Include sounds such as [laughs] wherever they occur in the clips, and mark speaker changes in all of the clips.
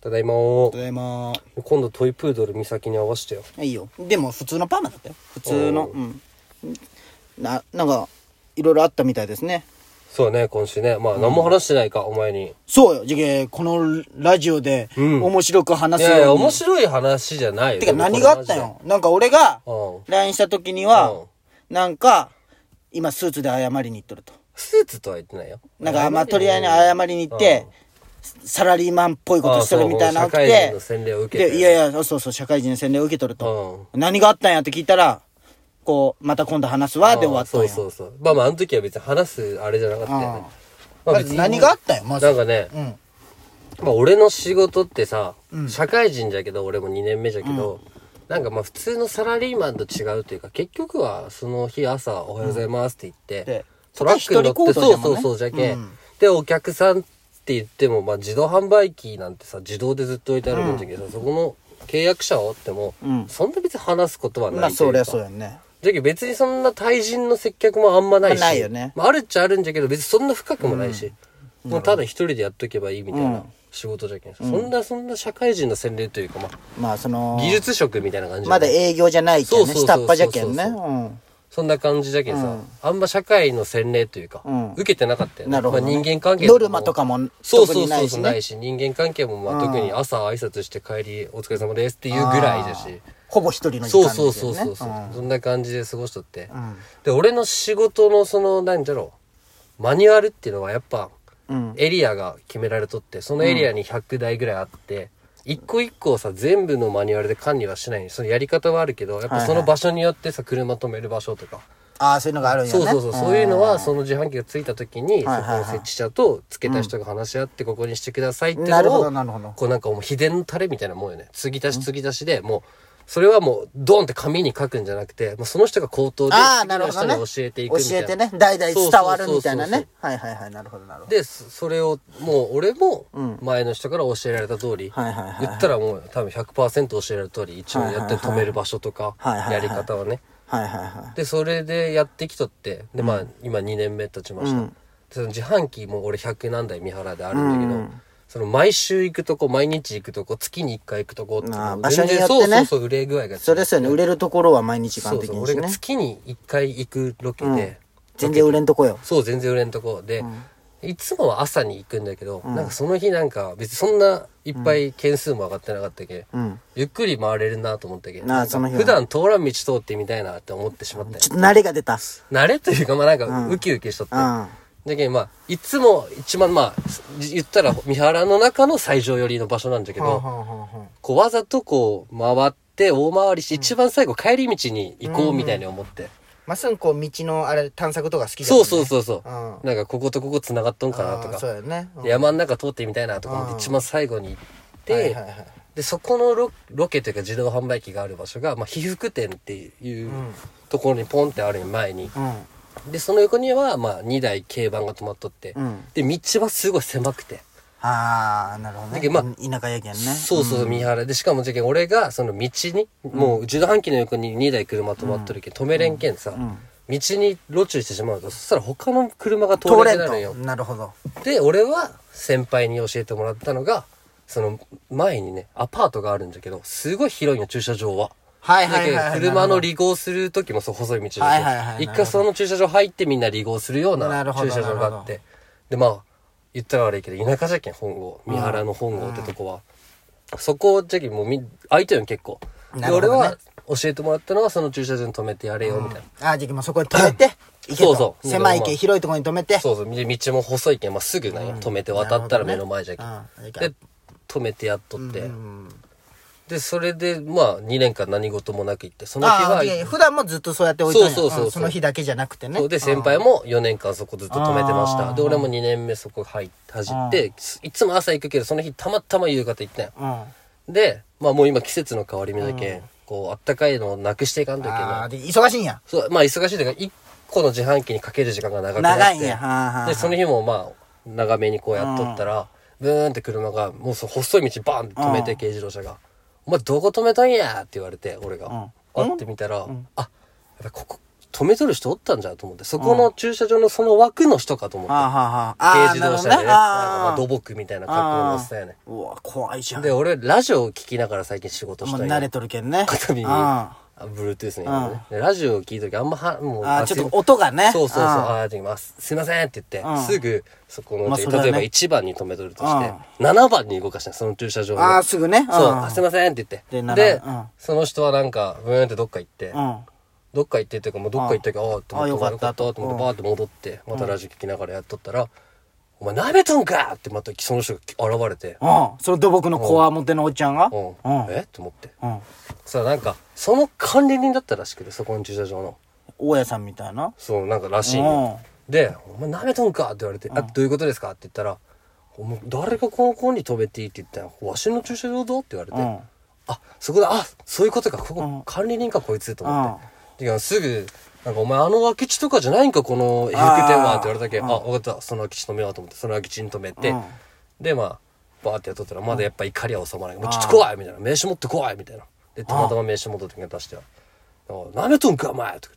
Speaker 1: ただいまー
Speaker 2: ただいまー
Speaker 1: 今度トイプードル美咲に合わせてよ
Speaker 2: いいよでも普通のパーマだったよ普通の
Speaker 1: お
Speaker 2: うんななんかいろいろあったみたいですね
Speaker 1: そうだね今週ねまあ何も話してないか、お前に
Speaker 2: そうよじゃあこのラジオで
Speaker 1: うん
Speaker 2: 面白く話
Speaker 1: い
Speaker 2: すよう
Speaker 1: やいや
Speaker 2: に
Speaker 1: 面白い話じゃないよ
Speaker 2: てか何があったよなんか俺が
Speaker 1: うん
Speaker 2: LINE した時には、
Speaker 1: うん
Speaker 2: なんか今スーツで謝りに行っとると
Speaker 1: スーツとは言ってないよ
Speaker 2: なんかまあとりあえず謝りに行って、サラリーマンっぽいことしとるみたいなのがあっ
Speaker 1: ああそう社会人
Speaker 2: て
Speaker 1: の洗礼を受けて
Speaker 2: でいやいやそうそう社会人の洗礼を受けとると、何があったんやって聞いたらこうまた今度話すわで終わったん
Speaker 1: そう
Speaker 2: や
Speaker 1: そうそうまあまああの時は別に話すあれじゃなかったよね
Speaker 2: うん
Speaker 1: ま
Speaker 2: ま
Speaker 1: あ
Speaker 2: ず
Speaker 1: 別に
Speaker 2: 何があったよまず
Speaker 1: なんかね、
Speaker 2: うん
Speaker 1: まあ俺の仕事ってさ、社会人じゃけど俺も2年目じゃけど、なんかまあ普通のサラリーマンと違うというか結局はその日朝おはようございますって言って、
Speaker 2: で
Speaker 1: トラックに乗っ
Speaker 2: 一
Speaker 1: て
Speaker 2: 人行動じ
Speaker 1: そ
Speaker 2: ゃ
Speaker 1: うんそうそうじゃけ、でお客さんって言ってもまあ自動販売機なんてさ自動でずっと置いてあるもんじゃけどさ、そこの契約者をあっても、そんな別に話すことはないという
Speaker 2: ま
Speaker 1: か
Speaker 2: あそりゃそうやんね
Speaker 1: じゃけ別にそんな対人の接客もあんまないし。
Speaker 2: まあないよね
Speaker 1: まあ、あるっちゃあるんじゃけど、別にそんな深くもないし。もうただ一人でやっとけばいいみたいな仕事じゃけん。そんな、そんな社会人の洗礼というか、ま
Speaker 2: まあその
Speaker 1: あ、技術職みたいな感じ
Speaker 2: まだ営業じゃないけ
Speaker 1: そ
Speaker 2: ど
Speaker 1: うそ
Speaker 2: ね
Speaker 1: うそう
Speaker 2: 下っ端じゃけんね
Speaker 1: そうそう
Speaker 2: うん
Speaker 1: そんな感じじゃけんさ、あんま社会の洗礼というか、
Speaker 2: ん
Speaker 1: 受けてなかったよね。
Speaker 2: なるほどね
Speaker 1: まあ、人間関係
Speaker 2: ノルマとかも
Speaker 1: そう
Speaker 2: 特
Speaker 1: そう
Speaker 2: に
Speaker 1: そ
Speaker 2: な
Speaker 1: う
Speaker 2: い
Speaker 1: そ
Speaker 2: し
Speaker 1: う、
Speaker 2: ね
Speaker 1: ないし、人間関係もまあ、特に朝挨拶して帰り、お疲れ様ですっていうぐらいだし。
Speaker 2: ほぼ一人の時間
Speaker 1: そう
Speaker 2: です
Speaker 1: そう
Speaker 2: よね
Speaker 1: そうそうそう、
Speaker 2: ん
Speaker 1: そんな感じで過ごしとって、で俺の仕事のその何じゃろうマニュアルっていうのはやっぱ、
Speaker 2: うん
Speaker 1: エリアが決められとってそのエリアに100台ぐらいあって、一個一個をさ全部のマニュアルで管理はしないそのやり方はあるけどやっぱその場所によってさ車止める場所とか、
Speaker 2: ああそういうのがあるんやね
Speaker 1: そうそうそう、そういうのはその自販機がついた時に、
Speaker 2: はいはいはい
Speaker 1: そこの設置者と付けた人が話し合ってここにしてくださいって
Speaker 2: なる
Speaker 1: の
Speaker 2: ほ
Speaker 1: を、
Speaker 2: どなるほど
Speaker 1: こうなんかもう秘伝のタレみたいなもんよね継ぎ足し継ぎ足しでもうそれはもうドンって紙に書くんじゃなくてもうその人が口頭で
Speaker 2: ああ
Speaker 1: 次
Speaker 2: な
Speaker 1: の
Speaker 2: るほ
Speaker 1: 人
Speaker 2: ど
Speaker 1: に
Speaker 2: ね
Speaker 1: 教えていくみたいな
Speaker 2: 教えてね代々伝わるみたいな
Speaker 1: そうそうそう
Speaker 2: ねはいはいはいなるほどなるほど
Speaker 1: でそそれをもう俺も前の人から教えられた通り、
Speaker 2: はいはいはいはい
Speaker 1: 言ったらもう多分100%教えられる通り一応やって止める場所とか
Speaker 2: はいはいはい
Speaker 1: やり方はね
Speaker 2: はいはいは
Speaker 1: でそれでやってきとってでまあ今2年目経ちました、でその自販機も俺100何台三原であるんだけど、その毎週行くとこ毎日行くとこ月に1回行くとこっていうの
Speaker 2: あー
Speaker 1: も
Speaker 2: 場所によってね
Speaker 1: そうそうそう売れ具合が違う
Speaker 2: いそれですよね売れるところは毎日
Speaker 1: そ
Speaker 2: 完
Speaker 1: う
Speaker 2: 璧
Speaker 1: そう
Speaker 2: に
Speaker 1: 俺
Speaker 2: し
Speaker 1: が
Speaker 2: ね
Speaker 1: 月に1回行くロケで、
Speaker 2: 全然売れんとこよ
Speaker 1: そう全然売れんとこで、いつもは朝に行くんだけど、なんかその日なんか別にそんないっぱい件数も上がってなかったけ、
Speaker 2: ん
Speaker 1: ゆっくり回れるなと思ったけ、
Speaker 2: あーその日は
Speaker 1: 普段通らん道通ってみたいなって思ってしまったよ
Speaker 2: ちょっと慣れが出た
Speaker 1: 慣れというかまあなんかウキウキしとって、
Speaker 2: うん
Speaker 1: だけどまあいつも一番まあじ言ったら三原の中の最上寄りの場所なんだけど、こうわざとこう回って大回りして一番最後帰り道に行こうみたいに思って、
Speaker 3: まっすぐこう道のあれ探索とか好きだ
Speaker 1: そ
Speaker 3: もん
Speaker 1: う
Speaker 3: ね
Speaker 1: そうそうそう、
Speaker 3: う
Speaker 1: なんかこことここ繋がっとんかなと
Speaker 3: あーそう
Speaker 1: か、
Speaker 3: やねうん
Speaker 1: 山の中通ってみたいなとか思って一番最後に行って、
Speaker 3: はいはいはい
Speaker 1: でそこのロロケというか自動販売機がある場所が、まあ、被服店っていうところにポンってある前に、
Speaker 3: うん
Speaker 1: でその横にはまあ2台軽バンが止まっとって、で道はすごい狭くて、
Speaker 2: ああなるほど
Speaker 1: だ
Speaker 2: ね
Speaker 1: けどまあ
Speaker 2: 田舎やけんね
Speaker 1: そうそう三原でしかもじゃけん俺がその道に、もう自動販機の横に2台車止まっとるけん止めれんけんさ、道に路駐してしまうとそしたら他の車が通
Speaker 2: 通
Speaker 1: れん
Speaker 2: れ
Speaker 1: くなるん
Speaker 2: ん
Speaker 1: よ
Speaker 2: となるほど
Speaker 1: で俺は先輩に教えてもらったのがその前にねアパートがあるんだけどすごい広いの駐車場は。
Speaker 2: はいはいはいはい
Speaker 1: だけど車の離合する時もそう細い道で、
Speaker 2: はいはいはいなる
Speaker 1: 一
Speaker 2: ほ
Speaker 1: 回その駐車場入ってみんな離合するような
Speaker 2: なるほど
Speaker 1: 駐車場があってでまあ言ったら悪いけど田舎じゃけん本郷三原の本郷ってとこは、そこじゃけんもうみ空いてるの結構、
Speaker 2: な
Speaker 1: で
Speaker 2: るほ
Speaker 1: 俺
Speaker 2: どね
Speaker 1: は教えてもらったのはその駐車場に止めてやれよみたいな、
Speaker 2: ああじゃあもうそこに止めて行け
Speaker 1: そう
Speaker 2: と
Speaker 1: そう
Speaker 2: 狭い
Speaker 1: まあ
Speaker 2: け広いところに止めて
Speaker 1: そうそう、で道も細いけん、まあ、すぐなんよ、止めて渡ったら目の前じゃけん、
Speaker 2: なるほどねうん
Speaker 1: で、止めてやっとって。で、それで、まあ、2年間何事もなく行って、その日
Speaker 2: あ
Speaker 1: は
Speaker 2: あ、いやいや普段もずっとそうやって置いて
Speaker 1: そうそうそうそう
Speaker 2: その日だけじゃなくてね
Speaker 1: そうで、先輩も4年間そこずっと止めてました。で、俺も2年目そこ入って、走って、いつも朝行くけど、その日たまたま夕方行ったんよ。
Speaker 2: うん
Speaker 1: で、まあもう今季節の変わり目だけん、こう、あったかいのをなくしていかんといけ
Speaker 2: あ
Speaker 1: な
Speaker 2: あ
Speaker 1: い。
Speaker 2: で忙しいんや
Speaker 1: そう、まあ忙しいというか、1個の自販機にかける時間が長くなって。
Speaker 2: 長いんやはあはあ
Speaker 1: で、その日もまあ、長めにこうやっとったら、ブーンって車が、もうその細い道バーンって止めて、軽自動車が。お前どこ止めたんやって言われて、俺が。あってみたら、あ、やっぱここ、止めとる人おったんじゃんと思って、そこの駐車場のその枠の人かと思って。
Speaker 2: はあはあはあ。
Speaker 1: 軽
Speaker 2: あー
Speaker 1: 自動車で
Speaker 2: なるほど
Speaker 1: ね、
Speaker 2: ね
Speaker 1: まあ
Speaker 2: あー
Speaker 1: 土木みたいな格好のおっさんやね。
Speaker 2: うわ、怖いじゃん。
Speaker 1: で、
Speaker 2: も
Speaker 1: 俺、ラジオを聞きながら最近仕事
Speaker 2: う
Speaker 1: したい。
Speaker 2: 慣れとるけんね。
Speaker 1: 片耳、
Speaker 2: うんあ
Speaker 1: あ Bluetooth ね今ね。でラジオを聞いた時あんまは、もう、
Speaker 2: ー、
Speaker 1: すい
Speaker 2: ちょっと音がね。
Speaker 1: そうそうそう、
Speaker 2: ん
Speaker 1: ああ、で今、すすいませんって言
Speaker 2: う
Speaker 1: っ
Speaker 2: ん
Speaker 1: て、すぐ、そこの、
Speaker 2: まあそれはね
Speaker 1: 例えば1番に止めとるとして、7番に動かしたのその駐車場の
Speaker 2: あー、すぐね。ん
Speaker 1: そう、あすいませんって
Speaker 2: で
Speaker 1: 言って。
Speaker 2: なら
Speaker 1: で
Speaker 2: うん、
Speaker 1: その人はなんか、ブーンってどっか行って
Speaker 2: う、ん。
Speaker 1: どっか行ってというか、もうどっか行ったけど、ああ、と思って、
Speaker 2: あよかった
Speaker 1: よかったと思っ
Speaker 2: うん
Speaker 1: て、バーって戻って、またラジオ聞きながらやっとったら、お前、舐めとんかってまたその人が現れて、
Speaker 2: うん。その土木のコアモテのおっちゃんが。
Speaker 1: う
Speaker 2: うん。
Speaker 1: ん、えと思って。
Speaker 2: うん。
Speaker 1: さあ、なんか、その管理人だったらしくて、そこの駐車場の。
Speaker 2: 大家さんみたいな。
Speaker 1: そう、なんからしい
Speaker 2: うん
Speaker 1: よ。で、お前舐めとんかって言われて、あ、どういうことですかって言ったら、お前誰がこの子に止めていいって言ったら、わしの駐車場だって言われ
Speaker 2: うん。うん
Speaker 1: て、。あ、そこだ、あ、そういうことか、こ
Speaker 2: うん
Speaker 1: こ管理人かこいつと思って。てか、すぐ、なんかお前あの空き地とかじゃないんか、この平服店はって言われたけ、あ、わかった、その空き地止めようと思って、その空き地に止めて
Speaker 2: うん、
Speaker 1: で、まあ、バーってやっとったら、まだやっぱ怒りは収まらない。もうちょっと怖いみたいな。名刺持って怖いみたいな。で、たまたま名刺持って出して、おい舐めとんか、お前とか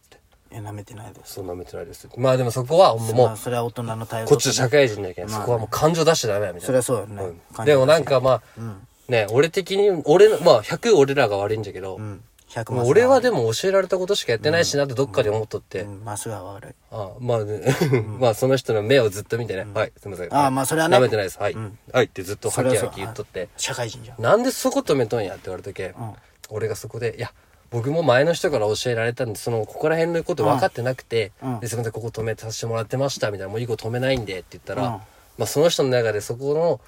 Speaker 1: 言って。
Speaker 2: え、舐めてないです。
Speaker 1: そんなめてないです。まあでもそこはもう、
Speaker 2: まあそれは大人の対応
Speaker 1: こっちの社会人だけん、
Speaker 2: まあ
Speaker 1: そ
Speaker 2: ね
Speaker 1: こはもう感情出しちゃダメやみたいな。
Speaker 2: そりゃそうよね
Speaker 1: ん
Speaker 2: 感情出しちゃ
Speaker 1: でもなんかまあ、ね、俺的に、俺の、まあ100俺らが悪いんだけど、
Speaker 2: うん。100
Speaker 1: も
Speaker 2: 万。
Speaker 1: う俺はでも教えられたことしかやってないしなってどっかで思っとって、
Speaker 2: うん。マスが悪い。
Speaker 1: あまあね、まあその人の目をずっと見てね、はい、すみません。
Speaker 2: あまあそれはね
Speaker 1: 舐めてないです、はい。はいってずっとハキハキ言っとって、
Speaker 2: 社会人じゃん。
Speaker 1: なんでそこ止めとんやって言われたけ、俺がそこで、いや、僕も前の人から教えられたんで、その、ここら辺のこと分かってなくて、
Speaker 2: うん
Speaker 1: で、すみません、ここ止めさせてもらってました、みたいな、もう以後止めないんで、って言ったら、
Speaker 2: うん
Speaker 1: まあ、その人の中でそこの、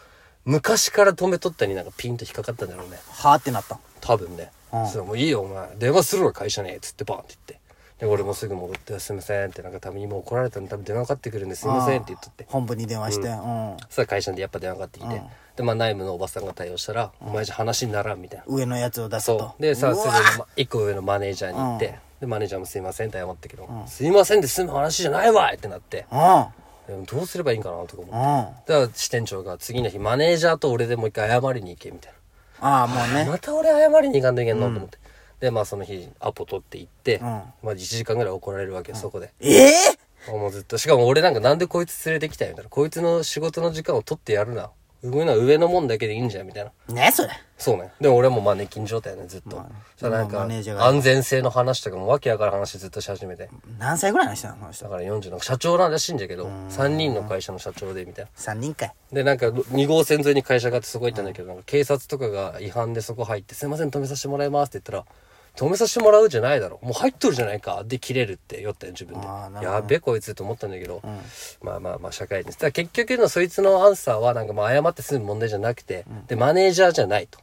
Speaker 1: 昔から止めとったになんかピンと引っかかったんだろうね。
Speaker 2: はーってなった。
Speaker 1: 多分ね。
Speaker 2: うん
Speaker 1: それもういいよ、お前。電話するわ、会社に。つって、バンって言って。で、俺もすぐ戻って、すみませんって、なんか多分今怒られたんで、多分電話かかってくるんですいませんって言っとって。
Speaker 2: 本部に電話して。うん。
Speaker 1: そしたら会社でやっぱ電話かかってきて。で、まあ、内務のおばさんが対応したら、お前じゃ話にならん、みたいな。
Speaker 2: 上のやつを出す
Speaker 1: そ
Speaker 2: と。
Speaker 1: う。で、さ、
Speaker 2: う
Speaker 1: す
Speaker 2: わ
Speaker 1: ぐ、ま、一個上のマネージャーに行って、で、マネージャーもすいませんって謝ったけど、すいませんって済む話じゃないわいってなって、でもどうすればいいんかなとか思って。
Speaker 2: う
Speaker 1: だ
Speaker 2: ん。うん。
Speaker 1: か
Speaker 2: あ
Speaker 1: ら支店長が次の日、マネージャーと俺でもう一回謝りに行け、みたい
Speaker 2: あ、もう
Speaker 1: な。
Speaker 2: ね。
Speaker 1: また俺謝りに行かんといけんの、と思って。で、まあその日、アポ取って行って、
Speaker 2: ん
Speaker 1: まあ1時間ぐらい怒られるわけよ、そこで。
Speaker 2: ええ
Speaker 1: もうずっと。しかも俺なんかなんでこいつ連れてきたよ、みたいな。こいつの仕事の時間を取ってやるな。産むのは上のもんだけでいいんじゃん、みたいな。
Speaker 2: ねそれ。
Speaker 1: そうね。でも俺はもうマネキン状態やね、ずっと。さなん
Speaker 2: まあ
Speaker 1: か
Speaker 2: マネージャー、が
Speaker 1: 安全性の話とかもわけわからん話ずっとし始めて。
Speaker 2: 何歳ぐらいの人なのこの
Speaker 1: だ
Speaker 2: 人。
Speaker 1: から40の社長なんらしいんだけど、3人の会社の社長で、みたいな。
Speaker 2: 3人かい。
Speaker 1: で、なんか、2号線沿いに会社があってそこ行ったんだけど、なんか警察とかが違反でそこ入って、すいません、止めさせてもらいますって言ったら、止めさせてもらうじゃないだろ。もう入っとるじゃないか。で、切れるって、酔ったよ、自分で
Speaker 2: あーな。るほど
Speaker 1: やべえ、こいつと思ったんだけど、まあまあまあ、社会です。だから結局のそいつのアンサーは、なんかまあ、謝って済む問題じゃなくて、で、マネージャーじゃないと。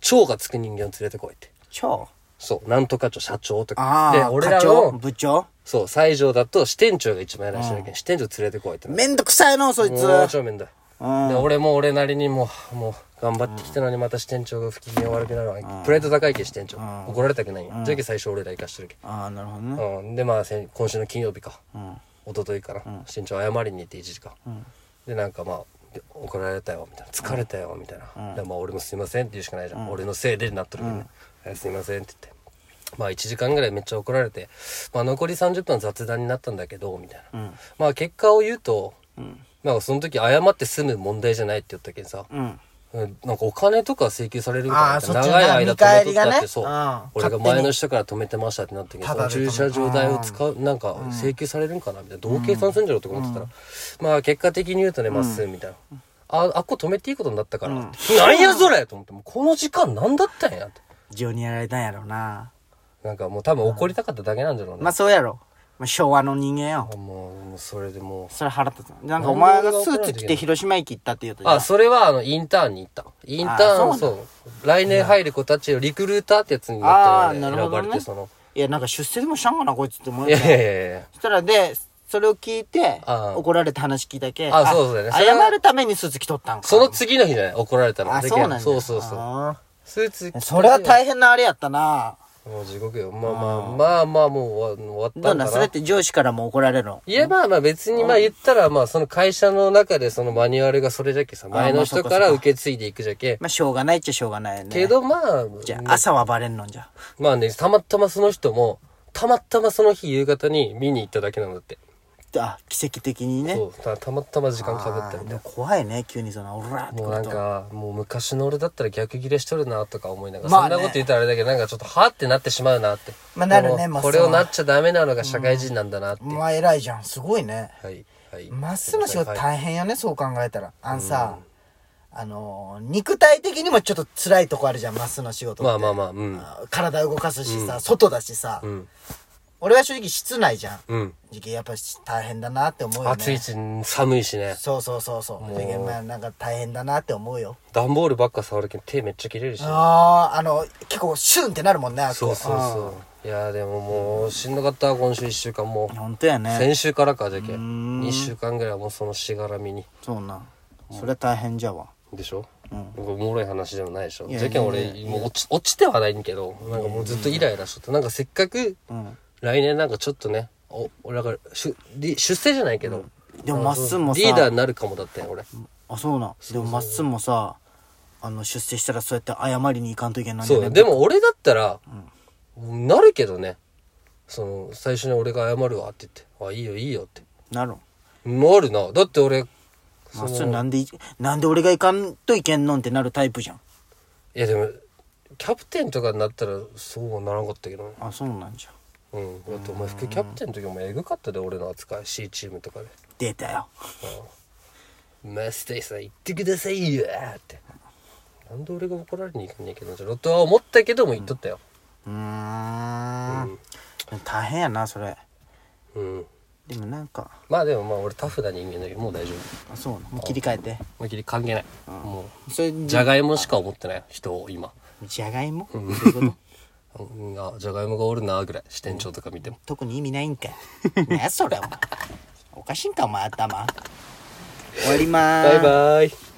Speaker 1: 長がつく人間を連れてこいって。
Speaker 2: 超。
Speaker 1: そう、なんとか長、社長とか。
Speaker 2: あ
Speaker 1: で、
Speaker 2: あ、
Speaker 1: 俺
Speaker 2: 課
Speaker 1: らの、
Speaker 2: 長部長
Speaker 1: そう、西条だと支店長が一番偉い人だけど、支店長連れてこいってなって
Speaker 2: めんどくさいの、そいつ。
Speaker 1: もう超面だ。
Speaker 2: うん
Speaker 1: で俺も俺なりにもうもう頑張ってきたのにまた支店長が不機嫌悪くなるわけ、プライド高いけ支店長、怒られたくないよ、じゃけ最初俺ら行かしてるけ、
Speaker 2: ああ、なるほどね。
Speaker 1: うん、でまあ先今週の金曜日か、一昨日かな、支店長謝りに行って1時間、でなんかまあで怒られたよみたいな疲れたよみたいな、でまあ俺もすいませんって言うしかないじゃん、俺のせいでになっとるけどね、えすいませんって言ってまあ1時間ぐらいめっちゃ怒られて、まあ、残り30分は雑談になったんだけどみたいな、まあ結果を言うと、なんかその時謝って済む問題じゃないって言ったけんさ、
Speaker 2: うん。
Speaker 1: うんなんかお金とか請求されるみたい
Speaker 3: あー
Speaker 1: な
Speaker 3: そっちの
Speaker 1: 長い間止めとった
Speaker 3: 見返り
Speaker 1: っ
Speaker 3: が
Speaker 1: て
Speaker 3: ね
Speaker 1: そう
Speaker 3: うん
Speaker 1: 俺が前の人から止めてましたってなったけど
Speaker 3: タ
Speaker 1: そ
Speaker 3: ダ
Speaker 1: の
Speaker 3: で止め
Speaker 1: 駐
Speaker 3: た
Speaker 1: 車場代を使うなんか請求されるんかなみたいなどう計算するんじゃろうとか思ってたらまあ結果的に言うとねまっすーみたいな。あ、あっこ止めていいことになったからって。なんやそれと思って、もうこの時間なんだったんやって。
Speaker 2: 情にやられたんやろうな。
Speaker 1: なんかもう多分怒りたかっただけなんだろうね。
Speaker 2: まあ、そうやろ。まあ、昭和の人間よ。
Speaker 1: もう、もうそれでもう。
Speaker 2: それ腹立つな。なんかお前がスーツ着て広島駅行ったって言うと
Speaker 1: あ、それはあの、インターンに行った。インタ
Speaker 2: あそ
Speaker 1: ー
Speaker 2: うな
Speaker 1: ン、
Speaker 2: んだ
Speaker 1: そう。来年入る子たちをリクルーターってやつになったの
Speaker 2: あーな
Speaker 1: で、
Speaker 2: る
Speaker 1: 選
Speaker 2: ほ
Speaker 1: ば
Speaker 2: ど
Speaker 1: れ
Speaker 2: ね
Speaker 1: て、その、
Speaker 2: いや、なんか出世でもしたんかな、こいつって思う
Speaker 1: い
Speaker 2: よ
Speaker 1: や
Speaker 2: ね
Speaker 1: いやいやい
Speaker 2: そしたらで、それを聞いて
Speaker 1: あ、あ
Speaker 2: 怒られた話聞いたけ。
Speaker 1: あそうそうだねそれは
Speaker 2: 謝るためにスーツ着とったんか。
Speaker 1: その次の日じゃない怒られたの。
Speaker 2: あ、
Speaker 1: で
Speaker 2: そうなんだ。
Speaker 1: そうそうそう。
Speaker 2: あ
Speaker 1: スーツ着た
Speaker 2: あそれは大変なあれやったな。
Speaker 1: もう地獄よ。まあまあ、まあまあ、もう終わ終わ
Speaker 2: ど
Speaker 1: った
Speaker 2: ん
Speaker 1: ん
Speaker 2: な
Speaker 1: だ
Speaker 2: それっ
Speaker 1: な。
Speaker 2: て上司からも怒られるの
Speaker 1: いや、まあまあ別に、まあ言ったら、まあその会社の中でそのマニュアルがそれじゃけさ、前の人から受け継いでいくじゃけ。
Speaker 2: まあ、しょうがないっちゃしょうがないよね。
Speaker 1: けどまあ、
Speaker 2: じゃあ、朝はバレんのんじゃ。
Speaker 1: まあね、たまたまその人も、たまたまその日夕方に見に行っただけなんだって。
Speaker 2: あ、奇跡的にね。
Speaker 1: そうたたまたま時間かぶったみたい
Speaker 2: あーでも怖いね、急にその、オラーっ
Speaker 1: な。も
Speaker 2: てく
Speaker 1: うな
Speaker 2: る
Speaker 1: ん
Speaker 2: と。
Speaker 1: か、もう昔の俺だったら逆ギレしとるなとか思いながら、
Speaker 2: まあ
Speaker 1: そ
Speaker 2: ね
Speaker 1: んなこと言ったらあれだけど、なんかちょっとはーってなってしまうなって。
Speaker 3: まあなるね
Speaker 1: でも
Speaker 3: まあ
Speaker 1: これ
Speaker 3: そ
Speaker 1: を
Speaker 3: う
Speaker 1: なっちゃダメなのが社会人なんだなって。
Speaker 3: まあ偉いじゃんすごいね
Speaker 1: はい。はい。
Speaker 3: まっすぐの仕事
Speaker 1: はい
Speaker 3: 大変よねそう考えたらあのさ、あのー肉体的にもちょっと辛いとこあるじゃんまっすぐの仕事って
Speaker 1: まあまあまあ、うん。
Speaker 3: あ体動かすしさ、外だしさ、
Speaker 1: ん
Speaker 3: 俺は正直室内じゃん、
Speaker 1: うん。
Speaker 3: 時期やっぱし大変だなって思うよね
Speaker 1: 暑いし、寒いしね。
Speaker 3: そうそうそうそうでまあなんか大変だなって思うよ
Speaker 1: 段ボールばっか触るけん手めっちゃ切れるしね。
Speaker 3: あああの結構シュンってなるもんねあそ
Speaker 1: そ
Speaker 3: こ
Speaker 1: うそうそう。いやーでももう、しんどかったわ今週一週間もう。
Speaker 2: 本当やね。
Speaker 1: 先週からかじゃけ
Speaker 2: ん
Speaker 1: ん2週間ぐらいはもうそのしがらみに
Speaker 2: そうな。それは大変じゃわ。
Speaker 1: でしょ、僕おもろい話でもないでしょ
Speaker 2: いや
Speaker 1: じゃけん俺もう落ち落ちてはないんけどなんかもうずっとイライラしとってなんかせっかく
Speaker 2: うん。
Speaker 1: 来年なんかちょっとねお俺が出出世じゃないけど、
Speaker 2: でも、まっすんもさ。
Speaker 1: リーダーになるかもだって俺
Speaker 2: あ、そうな。でも、まっすんもさ、あの、出世したらそうやって謝りに行かんといけないんだ
Speaker 1: そう
Speaker 2: よ
Speaker 1: ね
Speaker 2: ね。
Speaker 1: でも俺だったら、なるけどねその最初に俺が謝るわって言って「あいいよいいよ」って
Speaker 2: なる。
Speaker 1: なるなだって俺い
Speaker 2: まっすんなんでい、なんで俺が行かんといけんのんってなるタイプじゃん。
Speaker 1: やでもキャプテンとかになったらそうはならんかったけどね
Speaker 2: あ、そうなんじゃ。
Speaker 1: うん、だってお前副キャプテンの時もえぐかったで俺の扱い C チームとかで
Speaker 2: 出たよ。
Speaker 1: 「マスターさん行ってくださいよ」ってなんで俺が怒られに行かんねえけどじゃロトは思ったけども言っとったよ
Speaker 2: うーん。大変やな、それ。
Speaker 1: うん、
Speaker 2: でもなんか、
Speaker 1: まあでもまあ俺タフな人間だけどもう大丈夫
Speaker 2: あそうな。もう切り替えて。
Speaker 1: 思いっきり関係ないも
Speaker 2: それ
Speaker 1: うじゃがいもしか思ってない人を今
Speaker 2: じゃがいもどういうこと [laughs]
Speaker 1: うんあじゃがいもがおるなぐらい支店長とか見ても
Speaker 2: 特に意味ないんかい。ねそれお前。おかしいんかお前頭。終わりまー
Speaker 1: バイバイ